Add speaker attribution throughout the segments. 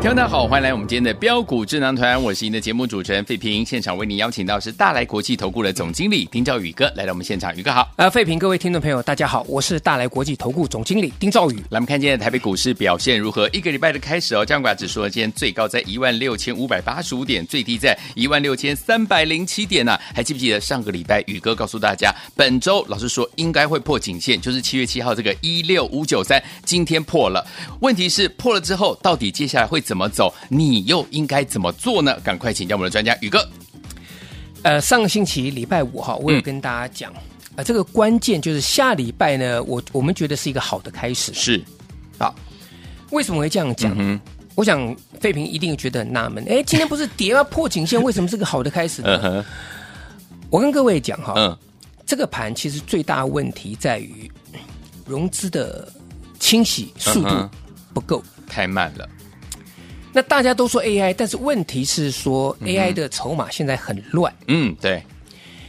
Speaker 1: 听众大家好，欢迎来我们今天的标股智囊团，我是您的节目主持人费平。现场为您邀请到是大来国际投顾的总经理丁兆宇哥来到我们现场，宇哥好。
Speaker 2: 呃，费评各位听众朋友，大家好，我是大来国际投顾总经理丁兆宇。
Speaker 1: 来，我们看今天的台北股市表现如何？一个礼拜的开始哦，加权指数呢，今天最高在一万六千五百八十五点，最低在一万六千三百零七点呢、还记不记得上个礼拜宇哥告诉大家，本周老师说应该会破颈线，就是七月七号这个一六五九三，今天破了。问题是破了之后，到底接下来会怎么走？你又应该怎么做呢？赶快请教我们的专家宇哥。
Speaker 2: 呃，上个星期礼拜五哈，我有
Speaker 1: 嗯
Speaker 2: 跟大家讲，呃，这个关键就是下礼拜呢，我我们觉得是一个好的开始。
Speaker 1: 是，
Speaker 2: 好，为什么会这样讲？
Speaker 1: 嗯
Speaker 2: 我想费平一定觉得很纳闷，哎，今天不是跌要破颈 线，为什么是个好的开始
Speaker 1: 哼，
Speaker 2: 呢？
Speaker 1: 嗯哼，
Speaker 2: 我跟各位讲哈，
Speaker 1: 嗯，
Speaker 2: 这个盘其实最大问题在于融资的清洗速
Speaker 1: 嗯哼
Speaker 2: 度不够。
Speaker 1: 太慢了，
Speaker 2: 那大家都说 AI，但是问题是说 AI 的筹码现在很乱，
Speaker 1: 嗯，对，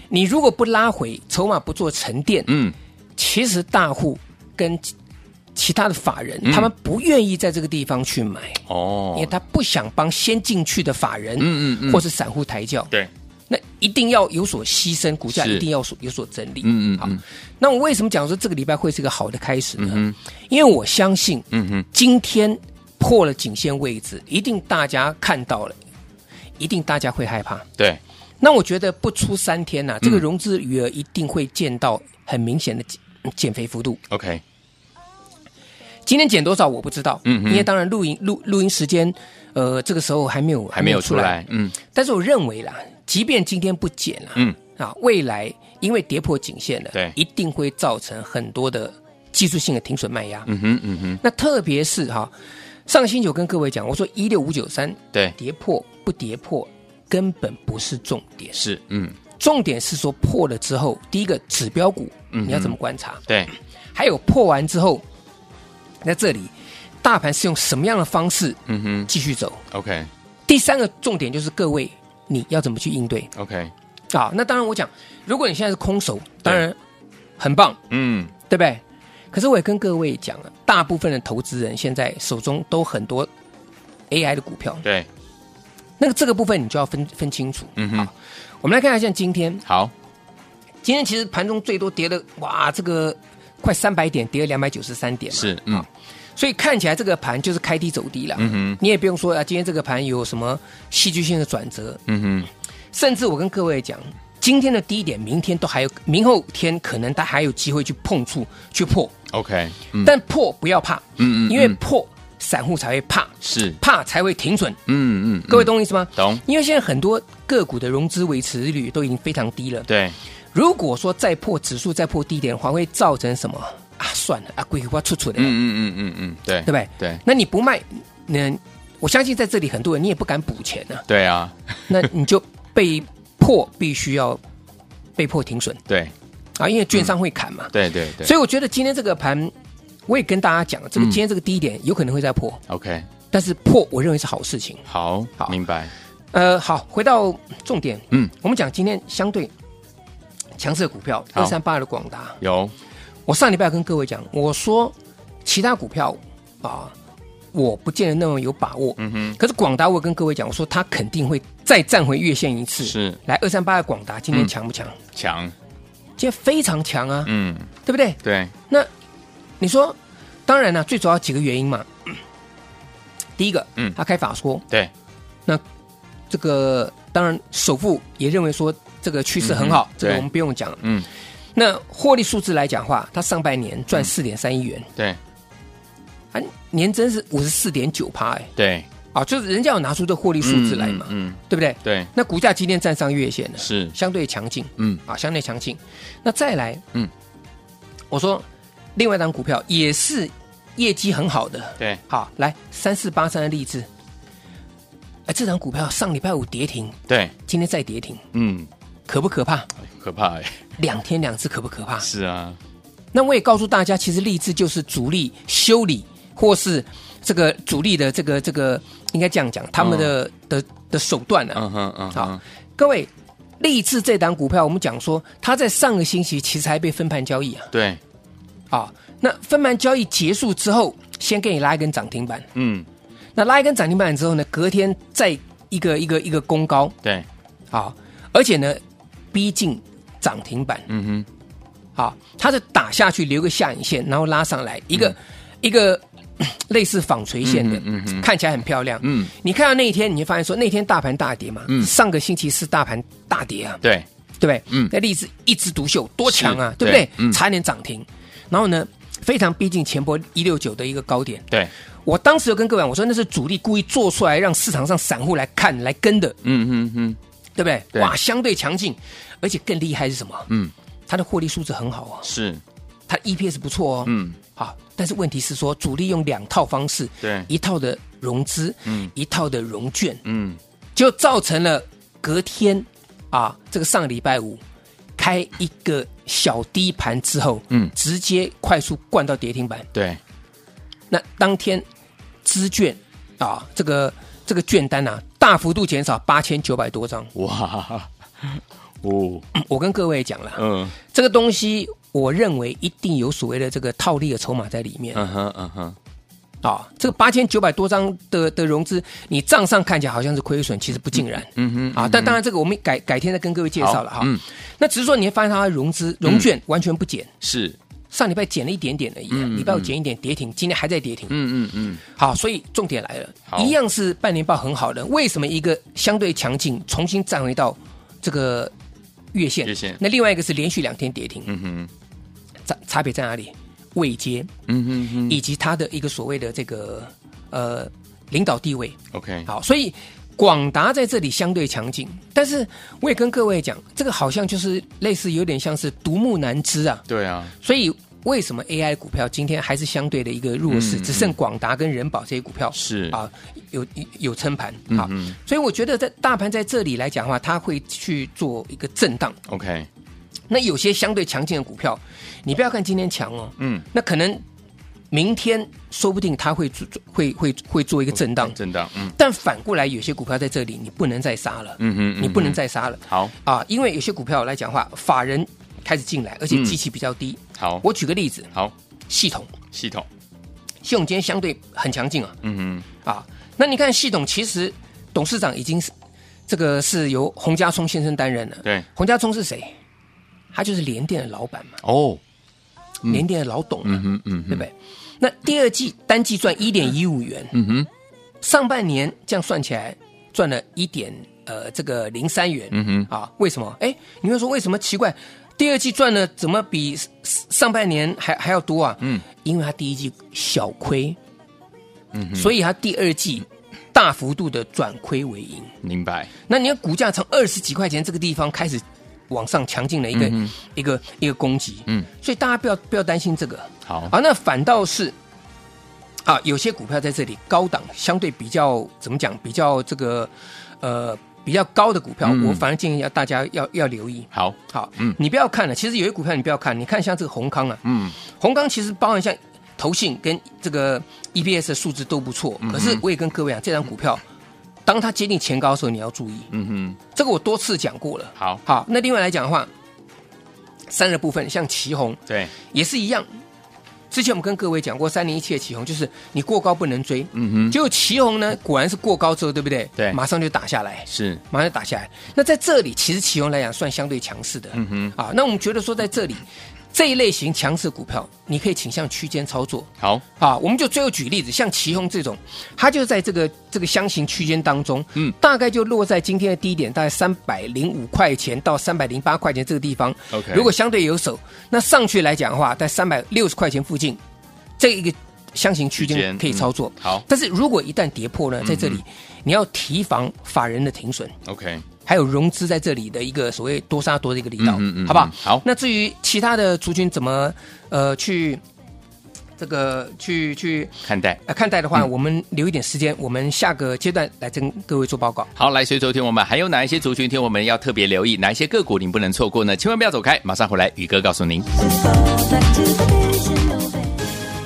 Speaker 2: 你如果不拉回，筹码不做沉淀，
Speaker 1: 嗯，
Speaker 2: 其实大户跟其其他的法人、他们不愿意在这个地方去买，
Speaker 1: 嗯哦
Speaker 2: 因为，他不想帮先进去的法人，
Speaker 1: 嗯嗯嗯
Speaker 2: 或是散户抬轿，
Speaker 1: 对，
Speaker 2: 那一定要有所牺牲，股价
Speaker 1: 是
Speaker 2: 一定要所有所整理。
Speaker 1: 嗯嗯嗯
Speaker 2: 好。那我为什么讲说这个礼拜会是一个好的开始呢？因为我相信，
Speaker 1: 嗯哼，
Speaker 2: 今天破了颈线位置，一定大家看到了，一定大家会害怕。
Speaker 1: 对，
Speaker 2: 那我觉得不出三天
Speaker 1: 嗯
Speaker 2: 呐、这个融资余额一定会见到很明显的减减肥幅度。
Speaker 1: OK，
Speaker 2: 今天减多少我不知道，
Speaker 1: 嗯哼
Speaker 2: 因为当然录音录录音时间，呃，这个时候还没有
Speaker 1: 还没有出来，嗯，
Speaker 2: 但是我认为啦，即便今天不减啦，
Speaker 1: 嗯
Speaker 2: 啊，未来因为跌破颈线了，
Speaker 1: 对
Speaker 2: 一定会造成很多的技术性的停损卖压。
Speaker 1: 嗯哼，嗯哼，
Speaker 2: 那特别是哈、上个星期我跟各位讲，我说一六五九三
Speaker 1: 对，
Speaker 2: 跌破不跌破根本不是重点，
Speaker 1: 是，嗯，
Speaker 2: 重点是说破了之后，第一个指标股
Speaker 1: 嗯哼
Speaker 2: 你要怎么观察，
Speaker 1: 对，
Speaker 2: 还有破完之后，在这里大盘是用什么样的方式
Speaker 1: 嗯哼
Speaker 2: 继续走？
Speaker 1: ，OK，
Speaker 2: 第三个重点就是各位你要怎么去应对。
Speaker 1: OK，
Speaker 2: 啊，那当然我讲，如果你现在是空手，当然很棒，
Speaker 1: 嗯，
Speaker 2: 对不对？可是我也跟各位讲了，大部分的投资人现在手中都很多 AI 的股票，
Speaker 1: 对，
Speaker 2: 那个这个部分你就要分分清楚。
Speaker 1: 嗯哼，
Speaker 2: 我们来看一下像今天，
Speaker 1: 好，
Speaker 2: 今天其实盘中最多跌了，哇，这个快三百点，跌了两百九十三点嘛，
Speaker 1: 是，嗯，
Speaker 2: 所以看起来这个盘就是开低走低了。
Speaker 1: 嗯哼，
Speaker 2: 你也不用说啊，今天这个盘有什么戏剧性的转折，
Speaker 1: 嗯哼，
Speaker 2: 甚至我跟各位讲，今天的低点，明天都还有，明后天可能它还有机会去碰触、去破，
Speaker 1: ，OK，嗯，
Speaker 2: 但破不要怕，
Speaker 1: 嗯嗯
Speaker 2: 因为
Speaker 1: 嗯
Speaker 2: 破散户才会怕，
Speaker 1: 是，
Speaker 2: 怕才会停损，
Speaker 1: 嗯嗯，
Speaker 2: 各位懂我意思吗？
Speaker 1: 懂，
Speaker 2: 因为现在很多个股的融资维持率都已经非常低了，
Speaker 1: 对，
Speaker 2: 如果说再破指数、再破低点的话，会造成什么啊？算了啊，鬼话出出的，
Speaker 1: 嗯嗯嗯嗯嗯，对，
Speaker 2: 对不对？
Speaker 1: 对，
Speaker 2: 那你不卖，那我相信在这里很多人你也不敢补钱啊，
Speaker 1: 对啊，
Speaker 2: 那你就被迫必须要被迫停损。
Speaker 1: 对，
Speaker 2: 啊，因为券商会砍嘛。
Speaker 1: 对对嗯对嗯
Speaker 2: 所以我觉得今天这个盘，我也跟大家讲，啊这个今天这个低点有可能会再破，
Speaker 1: ，OK，
Speaker 2: 但是破我认为是好事情。
Speaker 1: 好，
Speaker 2: 好
Speaker 1: 明白，
Speaker 2: 呃，好，回到重点，
Speaker 1: 嗯，
Speaker 2: 我们讲今天相对强势的股票
Speaker 1: 好
Speaker 2: 二三八的广达，
Speaker 1: 有，
Speaker 2: 我上礼拜跟各位讲，我说其他股票啊，我不见得那么有把握。
Speaker 1: 嗯哼，
Speaker 2: 可是广达，我跟各位讲，我说它肯定会再站回月线一次。
Speaker 1: 是
Speaker 2: 来二三八的广达今天
Speaker 1: 嗯
Speaker 2: 强不强？
Speaker 1: 强，
Speaker 2: 今天非常强啊，
Speaker 1: 嗯，
Speaker 2: 对不对？
Speaker 1: 对，
Speaker 2: 那你说，当然了、最主要几个原因嘛。第一个，
Speaker 1: 嗯
Speaker 2: 嗯，他开法说，
Speaker 1: 对，
Speaker 2: 这个当然首富也认为说这个趋势很好，
Speaker 1: 嗯哼
Speaker 2: 这个
Speaker 1: 对
Speaker 2: 我们不用讲。
Speaker 1: 嗯，
Speaker 2: 那获利数字来讲话，它上半年赚四点三亿元，
Speaker 1: 对
Speaker 2: 啊，年增是五十四点九趴，哎，
Speaker 1: 对，
Speaker 2: 啊，就是人家有拿出这获利数字来嘛，
Speaker 1: 嗯，嗯
Speaker 2: 对不对？
Speaker 1: 对，
Speaker 2: 那股价今天站上月线了，
Speaker 1: 是，
Speaker 2: 相对强劲
Speaker 1: 嗯
Speaker 2: 啊，相对强劲。那再来，
Speaker 1: 嗯，
Speaker 2: 我说另外一档股票也是业绩很好的，
Speaker 1: 对，
Speaker 2: 好，来三四八三的励志，哎，这档股票上礼拜五跌停，
Speaker 1: 对，
Speaker 2: 今天再跌停，
Speaker 1: 嗯，
Speaker 2: 可不可怕？
Speaker 1: 哎可怕哎，
Speaker 2: 两天两次可不可怕？
Speaker 1: 是啊，
Speaker 2: 那我也告诉大家，其实励志就是主力修理，或是这个主力的这个这个，应该这样讲，他们的、的的手段啊。
Speaker 1: 嗯哼嗯
Speaker 2: 好
Speaker 1: 哼，，
Speaker 2: 各位，励志这档股票，我们讲说，它在上个星期其实还被分盘交易啊。
Speaker 1: 对，
Speaker 2: 啊，那分盘交易结束之后，先给你拉一根涨停板，
Speaker 1: 嗯，
Speaker 2: 那拉一根涨停板之后呢，隔天再一个一个一个攻高
Speaker 1: 对，
Speaker 2: 啊，而且呢，逼近涨停板。
Speaker 1: 嗯哼，
Speaker 2: 啊，它是打下去留个下影线，然后拉上来一个、一个 类似纺锤线的，
Speaker 1: 嗯嗯哼嗯哼
Speaker 2: 看起来很漂亮。
Speaker 1: 嗯，
Speaker 2: 你看到那一天，你会发现说那天大盘大跌嘛，
Speaker 1: 嗯
Speaker 2: 上个星期四大盘大跌啊，
Speaker 1: 对，
Speaker 2: 对不对？
Speaker 1: 嗯
Speaker 2: 那例子一枝独秀，多强啊
Speaker 1: 是，
Speaker 2: 对不对
Speaker 1: 对？嗯
Speaker 2: 差一点涨停，然后呢，非常逼近前波一六九的一个高点。
Speaker 1: 对，
Speaker 2: 我当时就跟各位讲，我说那是主力故意做出来让市场上散户来看来跟的，
Speaker 1: 嗯哼哼，
Speaker 2: 对不对？
Speaker 1: 对
Speaker 2: 哇，相对强劲，而且更厉害是什么？
Speaker 1: 嗯，
Speaker 2: 它的获利数字很好啊，
Speaker 1: 是，
Speaker 2: 它的 EPS 不错哦。
Speaker 1: 嗯，
Speaker 2: 好，但是问题是说，主力用两套方式，
Speaker 1: 对
Speaker 2: 一套的融资，
Speaker 1: 嗯
Speaker 2: 一套的融券，
Speaker 1: 嗯，
Speaker 2: 就造成了隔天啊，这个上礼拜五开一个小低盘之后，
Speaker 1: 嗯
Speaker 2: 直接快速灌到跌停板。
Speaker 1: 对，
Speaker 2: 那当天资券啊，这个这个券单啊，大幅度减少八千九百多张。嗯
Speaker 1: 哇，哦，
Speaker 2: 我跟各位讲了，
Speaker 1: 嗯，
Speaker 2: 这个东西。我认为一定有所谓的这个套利的筹码在里面，
Speaker 1: 嗯哼嗯哼，
Speaker 2: 啊、这个八千九百多张的的融资，你账上看起来好像是亏损，其实不尽然。
Speaker 1: 嗯哼，
Speaker 2: 啊，但当然这个我们改改天再跟各位介绍了
Speaker 1: 好
Speaker 2: 哈。
Speaker 1: 嗯
Speaker 2: 那只是说你会发现它的融资融券完全不减，
Speaker 1: 是，
Speaker 2: 上礼拜减了一点点而已、啊，礼拜五减一点跌停，今天还在跌停。
Speaker 1: 嗯嗯嗯，
Speaker 2: 好，所以重点来了，
Speaker 1: 好
Speaker 2: 一样是半年报很好的，为什么一个相对强劲重新站回到这个月线？
Speaker 1: 月线
Speaker 2: 那另外一个是连续两天跌停，
Speaker 1: 嗯哼，
Speaker 2: 差差别在哪里？位阶
Speaker 1: 嗯哼哼
Speaker 2: 以及它的一个所谓的这个呃领导地位。
Speaker 1: ，OK，
Speaker 2: 好，所以广达在这里相对强劲，但是我也跟各位讲，这个好像就是类似有点像是独木难支啊。
Speaker 1: 对啊，
Speaker 2: 所以为什么 AI 股票今天还是相对的一个弱势，
Speaker 1: 嗯
Speaker 2: 只剩广达跟人保这些股票
Speaker 1: 是，
Speaker 2: 啊有有有撑盘
Speaker 1: 嗯
Speaker 2: 好，
Speaker 1: 哼
Speaker 2: 所以我觉得在大盘在这里来讲的话，它会去做一个震荡。
Speaker 1: ，OK，
Speaker 2: 那有些相对强劲的股票，你不要看今天强哦，
Speaker 1: 嗯，
Speaker 2: 那可能明天说不定它会做会会会做一个震荡。
Speaker 1: 震荡，嗯
Speaker 2: 但反过来，有些股票在这里你不能再杀了，
Speaker 1: 嗯哼，
Speaker 2: 你不能
Speaker 1: 嗯
Speaker 2: 再杀了
Speaker 1: 哼好，
Speaker 2: 啊，因为有些股票来讲话，法人开始进来，而且
Speaker 1: 嗯
Speaker 2: 基期比较低。
Speaker 1: 好，
Speaker 2: 我举个例子，
Speaker 1: 好，
Speaker 2: 系统，
Speaker 1: 系统，
Speaker 2: 系统今天相对很强劲啊
Speaker 1: 嗯
Speaker 2: 啊，那你看系统其实董事长已经是这个是由洪家聪先生担任了
Speaker 1: 哼，，对，
Speaker 2: 洪家聪是谁？他就是联电的老板嘛，
Speaker 1: 哦，
Speaker 2: 联电的老董嘛，
Speaker 1: 嗯哼嗯哼，
Speaker 2: 对不对？那第二季单季赚一点一五元，
Speaker 1: 嗯哼，
Speaker 2: 上半年这样算起来赚了一点呃这个零三元，
Speaker 1: 嗯哼，
Speaker 2: 啊，为什么？哎，你会说为什么奇怪？第二季赚的怎么比上上半年还还要多啊？
Speaker 1: 嗯，
Speaker 2: 因为它第一季小亏，
Speaker 1: 嗯哼，
Speaker 2: 所以它第二季大幅度的转亏为盈。
Speaker 1: 明白，
Speaker 2: 那你看股价从二十几块钱这个地方开始往上强劲的一个、
Speaker 1: 嗯
Speaker 2: 一个一个攻击，
Speaker 1: 嗯，
Speaker 2: 所以大家不要不要担心这个。
Speaker 1: 好，
Speaker 2: 啊，那反倒是啊，有些股票在这里高档相对比较怎么讲，比较这个呃比较高的股票，
Speaker 1: 嗯
Speaker 2: 我反而建议要大家要要留意。
Speaker 1: 好，
Speaker 2: 好，
Speaker 1: 嗯
Speaker 2: 你不要看了，其实有些股票你不要看，你看像这个宏康啊，
Speaker 1: 嗯，
Speaker 2: 宏康其实包含像投信跟这个 EPS 的数字都不错，
Speaker 1: 嗯
Speaker 2: 可是我也跟各位讲，这张股票当它接近前高的时候，你要注意，
Speaker 1: 嗯哼，
Speaker 2: 这个我多次讲过了。
Speaker 1: 好，
Speaker 2: 好，那另外来讲的话，三的部分像旗宏，
Speaker 1: 对，
Speaker 2: 也是一样。之前我们跟各位讲过，三零一七的旗红就是你过高不能追，
Speaker 1: 嗯哼，
Speaker 2: 结果旗红呢果然是过高之后，对不对？
Speaker 1: 对
Speaker 2: 马上就打下来，
Speaker 1: 是，
Speaker 2: 马上就打下来。那在这里，其实旗红来讲算相对强势的，
Speaker 1: 嗯哼，
Speaker 2: 啊，那我们觉得说在这里这一类型强势股票，你可以倾向区间操作
Speaker 1: 好，
Speaker 2: 啊。我们就最后举例子，像旗红这种，它就在这个这个箱型区间当中，
Speaker 1: 嗯，
Speaker 2: 大概就落在今天的低点，大概三百零五块钱到三百零八块钱这个地方。
Speaker 1: OK
Speaker 2: 如果相对有手，那上去来讲的话，在三百六十块钱附近，这一个箱型
Speaker 1: 区
Speaker 2: 区间
Speaker 1: 间
Speaker 2: 可以操作。
Speaker 1: 嗯好
Speaker 2: 但是如果一旦跌破呢，在这里、你要提防法人的停损，
Speaker 1: OK，
Speaker 2: 还有融资在这里的一个所谓多杀多的一个力道，
Speaker 1: 嗯嗯嗯嗯
Speaker 2: 好不好？
Speaker 1: 好
Speaker 2: 那至于其他的族群怎么呃去这个去去
Speaker 1: 看待。
Speaker 2: 呃看待的话，
Speaker 1: 嗯
Speaker 2: 我们留一点时间，我们下个阶段来跟各位做报告。
Speaker 1: 好，来，所以昨天我们还有哪一些族群天我们要特别留意，哪一些个股您不能错过呢？千万不要走开，马上回来，宇哥告诉您。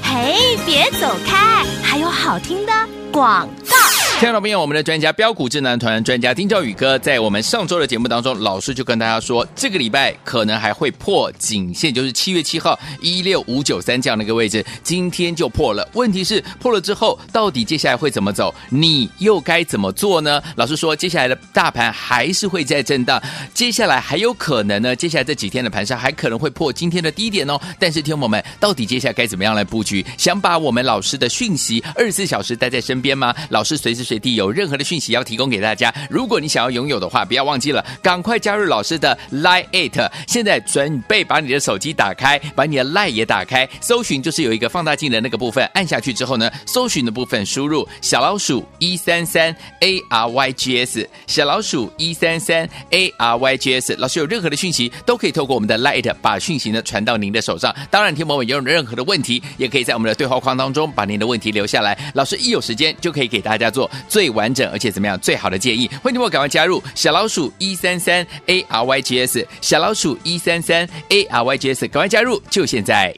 Speaker 3: 嘿，别走开，还有好听的广告。
Speaker 1: 亲爱的朋友我们的专家标股智囊团专家丁兆宇哥，在我们上周的节目当中，老师就跟大家说，这个礼拜可能还会破颈线，就是七月七号一六五九三这样的一个位置，今天就破了。问题是破了之后，到底接下来会怎么走？你又该怎么做呢？老师说，接下来的大盘还是会在震荡，接下来还有可能呢，接下来这几天的盘上还可能会破今天的低点哦。但是，听我们到底接下来该怎么样来布局？想把我们老师的讯息二十四小时带在身边吗？老师随时随地有任何的讯息要提供给大家。如果你想要拥有的话，不要忘记了，赶快加入老师的 Line It。现在准备把你的手机打开，把你的 Line 也打开，搜寻就是有一个放大镜的那个部分，按下去之后呢，搜寻的部分输入小老鼠一三三 A R Y G S，小老鼠一三三 A R Y G S。老师有任何的讯息都可以透过我们的 Light 把讯息呢传到您的手上。当然，听友们有任何的问题，也可以在我们的对话框当中把您的问题留下来，老师一有时间就可以给大家做最完整而且怎么样最好的建议。欢迎听友赶快加入小老鼠一三三 A R Y G S，小老鼠一三三 A R Y G S，赶快加入，就现在。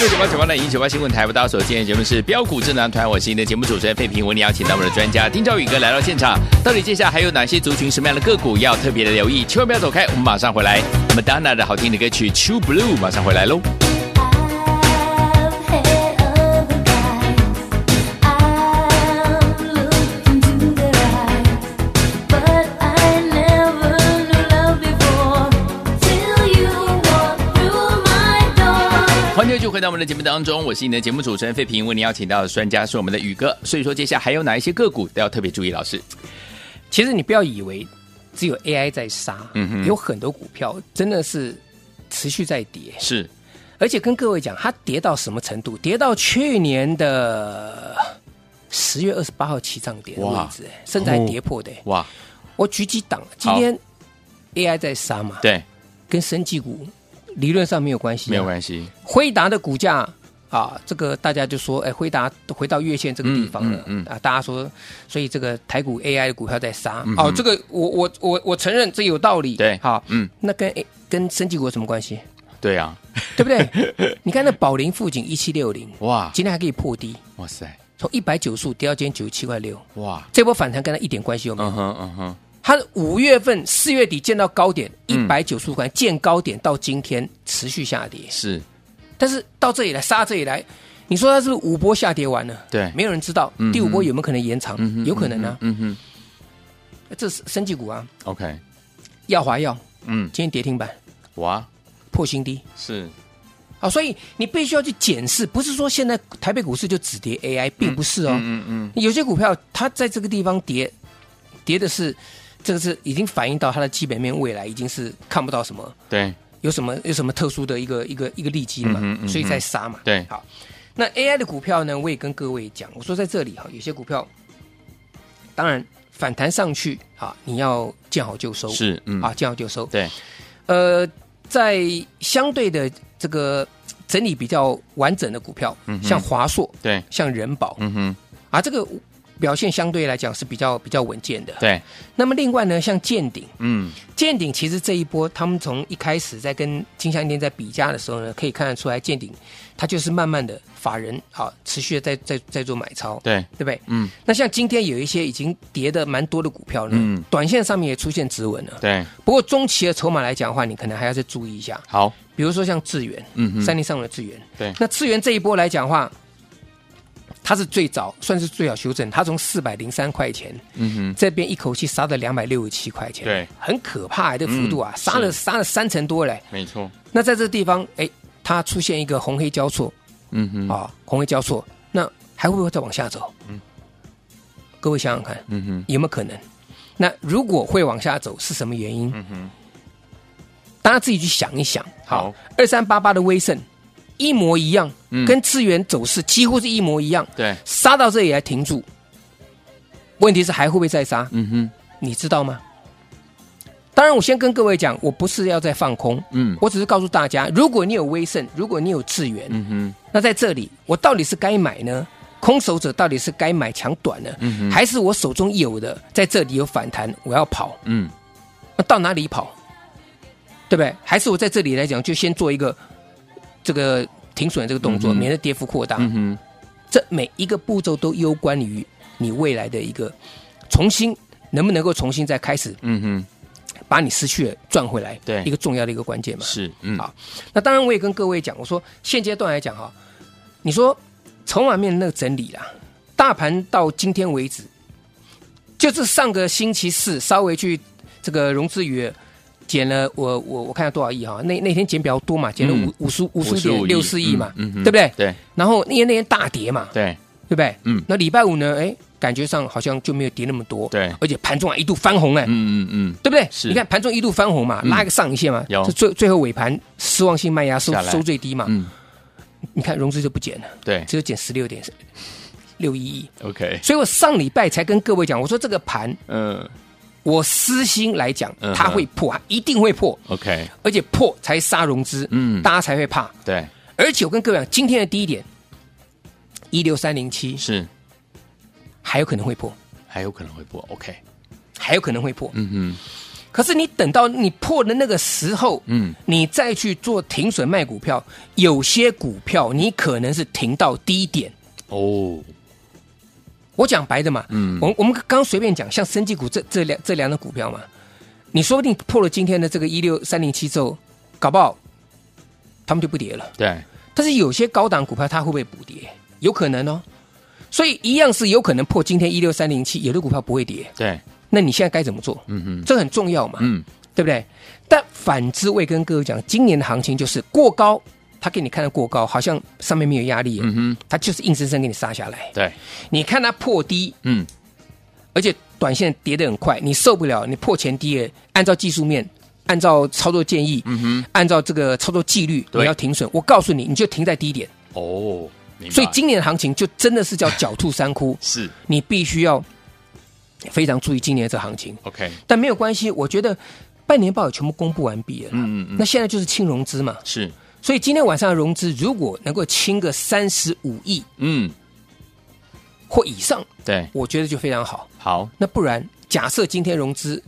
Speaker 1: 六九八九八的赢九八新闻台，我大家所今天节目是标股智囊团，我是您的节目主持人费平，为您邀请到我们的专家丁兆宇哥来到现场。到底接下来还有哪些族群、什么样的个股要特别的留意？千万不要走开，我们马上回来。Madonna 的好听的歌曲《True Blue》马上回来喽。欢迎继续回到我们的节目当中，我是你的节目主持人费平，为您邀请到的专家是我们的宇哥。所以说，接下来还有哪一些个股都要特别注意？老师，
Speaker 2: 其实你不要以为只有 AI 在杀，
Speaker 1: 嗯哼
Speaker 2: 有很多股票真的是持续在跌，
Speaker 1: 是
Speaker 2: 而且跟各位讲，它跌到什么程度？跌到去年的十月二十八号起涨点的位置，哎甚
Speaker 1: 哦
Speaker 2: 至还跌破的。哎
Speaker 1: 哇，
Speaker 2: 我举几档，今天 AI 在杀嘛，
Speaker 1: 对，
Speaker 2: 跟生技股理论上没有关系、
Speaker 1: 没有关系，
Speaker 2: 系。辉达的股价啊，这个大家就说，哎，辉达回到月线这个地方了，
Speaker 1: 嗯嗯嗯
Speaker 2: 啊，大家说，所以这个台股 AI 的股票在杀。
Speaker 1: 嗯
Speaker 2: 哦
Speaker 1: 嗯，
Speaker 2: 这个我我我我承认这有道理，
Speaker 1: 对
Speaker 2: 好，
Speaker 1: 嗯，
Speaker 2: 那跟哎跟生技股有什么关系？
Speaker 1: 对啊，
Speaker 2: 对不 对？你看那宝林富锦一七六零，
Speaker 1: 哇，
Speaker 2: 今天还可以破低，
Speaker 1: 哇塞，
Speaker 2: 从一百九十五跌到今天九十七块六，
Speaker 1: 哇，
Speaker 2: 这波反弹跟它一点关系都没有。
Speaker 1: 嗯哼嗯哼，
Speaker 2: 它五月份四月底见到高点一
Speaker 1: 嗯
Speaker 2: 百九十五块，见高点到今天持续下跌，
Speaker 1: 是
Speaker 2: 但是到这里来杀这里来，你说它是不是五波下跌完了？
Speaker 1: 对
Speaker 2: 没有人知道
Speaker 1: 嗯哼
Speaker 2: 第五波有没有可能延长，
Speaker 1: 嗯哼
Speaker 2: 有可能啊。
Speaker 1: 嗯哼
Speaker 2: 这是生技股啊，
Speaker 1: ，OK，
Speaker 2: 耀华药
Speaker 1: 嗯，
Speaker 2: 今天跌停板
Speaker 1: 哇，
Speaker 2: 破新低。
Speaker 1: 是
Speaker 2: 啊，所以你必须要去检视，不是说现在台北股市就只跌 AI，并不是哦。
Speaker 1: 嗯嗯
Speaker 2: 有些股票它在这个地方跌，跌的是这个是已经反映到它的基本面未来已经是看不到什么
Speaker 1: 嗯，对
Speaker 2: 有什么有什么特殊的一个一个一个利基了
Speaker 1: 嗯
Speaker 2: 嘛，
Speaker 1: 哼嗯哼
Speaker 2: 所以在杀嘛。
Speaker 1: 对
Speaker 2: 好，那 AI 的股票呢，我也跟各位讲，我说在这里哈，有些股票当然反弹上去啊，你要见好就收，
Speaker 1: 是，嗯
Speaker 2: 啊，见好就收。
Speaker 1: 对，
Speaker 2: 呃，在相对的这个整理比较完整的股票，
Speaker 1: 嗯哼
Speaker 2: 像华硕、
Speaker 1: 对，
Speaker 2: 像人保、
Speaker 1: 嗯哼，
Speaker 2: 啊，这个表现相对来讲是比较比较稳健的。
Speaker 1: 对，
Speaker 2: 那么另外呢，像建鼎，
Speaker 1: 嗯，
Speaker 2: 建鼎其实这一波他们从一开始在跟金项店在比价的时候呢，可以看得出来，建鼎它就是慢慢的法人啊持续的在在在做买超，
Speaker 1: 对，
Speaker 2: 对不对？
Speaker 1: 嗯，
Speaker 2: 那像今天有一些已经跌的蛮多的股票呢，
Speaker 1: 嗯
Speaker 2: 短线上面也出现止稳了。
Speaker 1: 对，
Speaker 2: 不过中期的筹码来讲的话，你可能还要再注意一下。
Speaker 1: 好，
Speaker 2: 比如说像智源，
Speaker 1: 嗯哼
Speaker 2: 三零三五的智源，
Speaker 1: 对
Speaker 2: 那智源这一波来讲的话，它是最早算是最早修正，它从四百零三块钱
Speaker 1: 嗯哼，
Speaker 2: 这边一口气杀到两百六十七块钱，
Speaker 1: 对，
Speaker 2: 很可怕、这幅度啊，
Speaker 1: 嗯
Speaker 2: 杀了
Speaker 1: 是
Speaker 2: 杀了三成多嘞。
Speaker 1: 没错，
Speaker 2: 那在这地方，哎，它出现一个红黑交错
Speaker 1: 嗯哼，
Speaker 2: 啊、红黑交错，那还会不会再往下走？
Speaker 1: 嗯
Speaker 2: 各位想想看，
Speaker 1: 嗯哼，
Speaker 2: 有没有可能？那如果会往下走，是什么原因？
Speaker 1: 嗯哼，
Speaker 2: 大家自己去想一想。
Speaker 1: 好，
Speaker 2: 二三八八的威盛，一模一样，
Speaker 1: 嗯
Speaker 2: 跟资源走势几乎是一模一样，
Speaker 1: 对，
Speaker 2: 杀到这里来停住。问题是还会不会再杀？
Speaker 1: 嗯哼，
Speaker 2: 你知道吗？当然，我先跟各位讲，我不是要再放空，
Speaker 1: 嗯
Speaker 2: 我只是告诉大家，如果你有威盛，如果你有智源，
Speaker 1: 嗯哼，
Speaker 2: 那在这里我到底是该买呢？空手者到底是该买强短呢，
Speaker 1: 嗯哼
Speaker 2: 还是我手中有的在这里有反弹，我要跑？
Speaker 1: 嗯，
Speaker 2: 那到哪里跑？对不对？还是我在这里来讲，就先做一个这个停损这个动作，
Speaker 1: 嗯哼
Speaker 2: 免得跌幅扩大。
Speaker 1: 嗯哼，
Speaker 2: 这每一个步骤都攸关于你未来的一个重新能不能够重新再开始，
Speaker 1: 嗯哼，
Speaker 2: 把你失去的赚回来，
Speaker 1: 对
Speaker 2: 一个重要的一个关键嘛。
Speaker 1: 是，嗯，
Speaker 2: 好那当然，我也跟各位讲，我说现阶段来讲哈，你说筹码面那个整理啦，大盘到今天为止，就是上个星期四稍微去这个融资余额减了我我我看了多少亿哈，那那天减比较多嘛，减了
Speaker 1: 嗯
Speaker 2: 五五十五十点六四亿嘛，
Speaker 1: 嗯嗯哼
Speaker 2: 对不对？
Speaker 1: 对
Speaker 2: 然后那天那天大跌嘛，
Speaker 1: 对，
Speaker 2: 对不对？
Speaker 1: 嗯
Speaker 2: 那礼拜五呢？哎，感觉上好像就没有跌那么多，
Speaker 1: 对
Speaker 2: 而且盘中还一度翻红哎、
Speaker 1: 嗯嗯嗯，
Speaker 2: 对不对？
Speaker 1: 是
Speaker 2: 你看盘中一度翻红嘛，
Speaker 1: 嗯
Speaker 2: 拉一个上影线嘛，
Speaker 1: 有
Speaker 2: 这最最后尾盘失望性卖压收
Speaker 1: 下来
Speaker 2: 收最低嘛，
Speaker 1: 嗯，
Speaker 2: 你看融资就不减了，
Speaker 1: 对
Speaker 2: 只有减十六点六一亿。
Speaker 1: ，OK，
Speaker 2: 所以我上礼拜才跟各位讲，我说这个盘，
Speaker 1: 嗯
Speaker 2: 我私心来讲
Speaker 1: 嗯，
Speaker 2: 它会破，它一定会破，
Speaker 1: ，OK，
Speaker 2: 而且破才杀融资，
Speaker 1: 嗯
Speaker 2: 大家才会怕。
Speaker 1: 对，
Speaker 2: 而且我跟各位讲，今天的低点一六三零七
Speaker 1: 是，
Speaker 2: 还有可能会破，
Speaker 1: 还有可能会播，OK，
Speaker 2: 还有可能会破。
Speaker 1: 嗯哼，
Speaker 2: 可是你等到你破的那个时候，
Speaker 1: 嗯，
Speaker 2: 你再去做停损卖股票，有些股票你可能是停到低点。
Speaker 1: 哦，
Speaker 2: 我讲白的嘛，
Speaker 1: 嗯
Speaker 2: 我我们刚刚随便讲，像生技股这这两这两种股票嘛，你说不定破了今天的这个一六三零七之后，搞不好他们就不跌了。
Speaker 1: 对，
Speaker 2: 但是有些高档股票它会不会补跌？有可能哦。所以一样是有可能破今天一六三零七，有的股票不会跌，
Speaker 1: 对，
Speaker 2: 那你现在该怎么做？
Speaker 1: 嗯哼，
Speaker 2: 这很重要嘛。
Speaker 1: 嗯，
Speaker 2: 对不对？但反之，我也跟各位讲，今年的行情就是过高，它给你看到过高，好像上面没有压力，
Speaker 1: 嗯哼，
Speaker 2: 它就是硬生生给你杀下来。
Speaker 1: 对，
Speaker 2: 你看它破低，
Speaker 1: 嗯，
Speaker 2: 而且短线跌得很快，你受不了，你破前低了，按照技术面。按照操作建议，
Speaker 1: 嗯
Speaker 2: 按照这个操作纪律，
Speaker 1: 对
Speaker 2: 你要停损。我告诉你，你就停在低点。
Speaker 1: 哼，哦，明白，
Speaker 2: 所以今年的行情就真的是叫狡兔三窟
Speaker 1: 是
Speaker 2: 你必须要非常注意今年的这行情。
Speaker 1: OK，
Speaker 2: 但没有关系，我觉得半年报也全部公布完毕了啦。
Speaker 1: 嗯嗯嗯
Speaker 2: 那现在就是清融资嘛，
Speaker 1: 是，
Speaker 2: 所以今天晚上的融资如果能够清个三十五亿
Speaker 1: 嗯，
Speaker 2: 或以上，
Speaker 1: 对，
Speaker 2: 我觉得就非常好。
Speaker 1: 好，
Speaker 2: 那不然，假设今天融资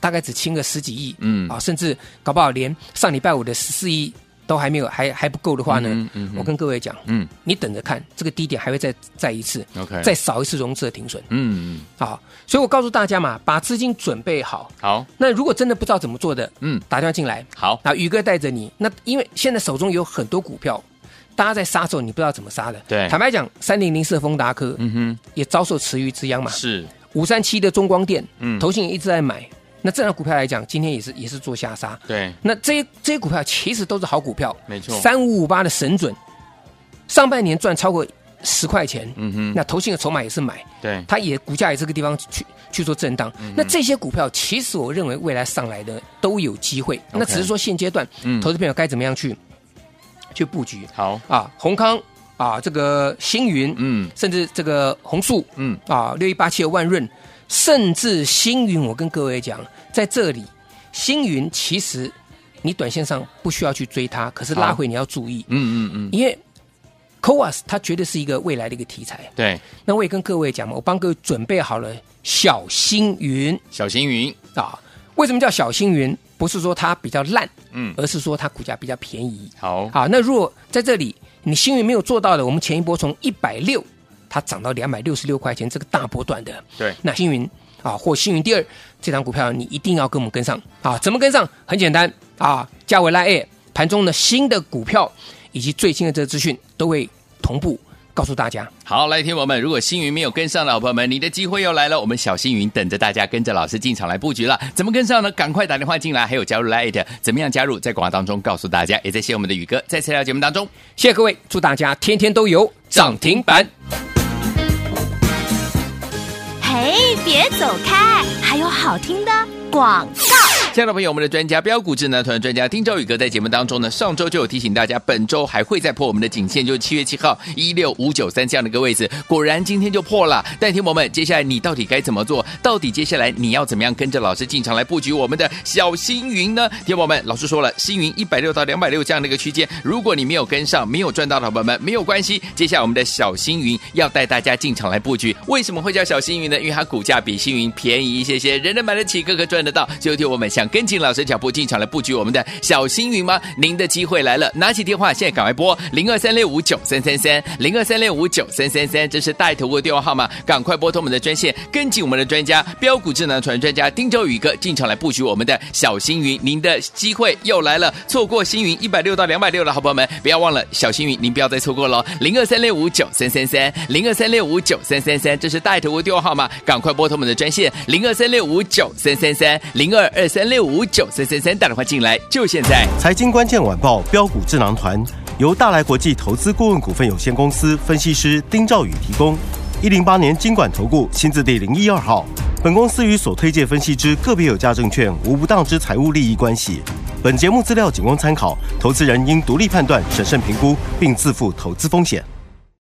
Speaker 2: 大概只清个十几亿，
Speaker 1: 嗯
Speaker 2: 啊，甚至搞不好连上礼拜五的十四亿都还没有，还还不够的话呢，
Speaker 1: 嗯嗯嗯嗯
Speaker 2: 我跟各位讲，
Speaker 1: 嗯
Speaker 2: 你等着看，这个低点还会再再一次，
Speaker 1: ，OK，
Speaker 2: 再少一次融资的停损
Speaker 1: 嗯，嗯，
Speaker 2: 啊。所以我告诉大家嘛，把资金准备好。
Speaker 1: 好，
Speaker 2: 那如果真的不知道怎么做的，
Speaker 1: 嗯，
Speaker 2: 打电话进来，
Speaker 1: 好，
Speaker 2: 啊，宇哥带着你。那因为现在手中有很多股票，大家在杀的时候，你不知道怎么杀的。
Speaker 1: 对
Speaker 2: 坦白讲，三零零四丰达科
Speaker 1: 嗯
Speaker 2: 也遭受池鱼之殃嘛
Speaker 1: 哼，。是，
Speaker 2: 五三七的中光电，
Speaker 1: 嗯
Speaker 2: 投信也一直在买。那这样股票来讲，今天也是也是做下杀。
Speaker 1: 对，
Speaker 2: 那这些这些股票其实都是好股票，
Speaker 1: 没错
Speaker 2: 三五五八的神准，上半年赚超过十块钱。
Speaker 1: 嗯哼，
Speaker 2: 那投信的筹码也是买，
Speaker 1: 对，
Speaker 2: 它也股价也这个地方去去做震荡。
Speaker 1: 嗯
Speaker 2: 那这些股票，其实我认为未来上来的都有机会，那只是说现阶段，
Speaker 1: 嗯
Speaker 2: 投资朋友该怎么样去去布局
Speaker 1: 好，
Speaker 2: 啊？宏康啊，这个星云，
Speaker 1: 嗯
Speaker 2: 甚至这个红树
Speaker 1: 嗯，
Speaker 2: 啊，六一八七的万润，甚至星云，我跟各位讲，在这里，星云其实你短线上不需要去追它，可是拉
Speaker 1: 好
Speaker 2: 回你要注意，
Speaker 1: 嗯嗯嗯，
Speaker 2: 因为 COAS 它绝对是一个未来的一个题材。
Speaker 1: 对，
Speaker 2: 那我也跟各位讲嘛，我帮各位准备好了小星云
Speaker 1: 小星云，
Speaker 2: 啊。为什么叫小星云？不是说它比较烂，
Speaker 1: 嗯，哦
Speaker 2: 而是说它股价比较便宜。
Speaker 1: 好，
Speaker 2: 好，那如果在这里你星云没有做到的，我们前一波从一百六它涨到两百六十六块钱，这个大波段的，
Speaker 1: 对，
Speaker 2: 那星云啊或星云第二这档股票你一定要跟我们跟上啊。怎么跟上？很简单啊，价位拉 A，盘中的新的股票以及最新的这个资讯都会同步告诉大家。
Speaker 1: 好，来，听友们，如果星云没有跟上的好朋友们，你的机会又来了。我们小星云等着大家跟着老师进场来布局了，怎么跟上呢？赶快打电话进来，还有加入 Light，怎么样加入？在广告当中告诉大家，也在谢谢我们的宇哥在这条节目当中。
Speaker 2: 谢谢各位，祝大家天天都有涨停板。
Speaker 3: 嘿，别走开，还有好听的广告。
Speaker 1: 亲爱的朋友，我们的专家标股智能团专家丁兆宇哥在节目当中呢，上周就有提醒大家，本周还会再破我们的颈线，就是七月七号一六五九三这样的一个位置。果然今天就破了。但听友们，接下来你到底该怎么做？到底接下来你要怎么样跟着老师进场来布局我们的小星云呢？听友们，老师说了，星云一百六到两百六这样的一个区间，如果你没有跟上，没有赚到的伙伴们没有关系。接下来我们的小星云要带大家进场来布局，为什么会叫小星云呢？因为它股价比星云便宜一些些，人人买得起，个个赚得到。所以，听我们想跟紧老师脚步进场来布局我们的小星云吗？您的机会来了，拿起电话现在赶快拨零二三六五九三三三零二三六五九三三三，这是带头的电话号码，赶快拨通我们的专线，跟紧我们的专家标股智能团专家丁周宇哥进场来布局我们的小星云，您的机会又来了，错过星云一百六到两百六的好朋友们，不要忘了小星云，您不要再错过了，零二三六五九三三三零二三六五九三三三，这是带头的电话号码，赶快拨通我们的专线零二三六五九三三三零二二三六五九三三三，打电话进来就现在。
Speaker 4: 财经关键晚报标股智囊团由大来国际投资顾问股份有限公司分析师丁兆宇提供。一零八年经管投顾新字第零一二号。本公司与所推介分析之个别有价证券无不当之财务利益关系。本节目资料仅供参考，投资人应独立判断、审慎评估，并自负投资风险。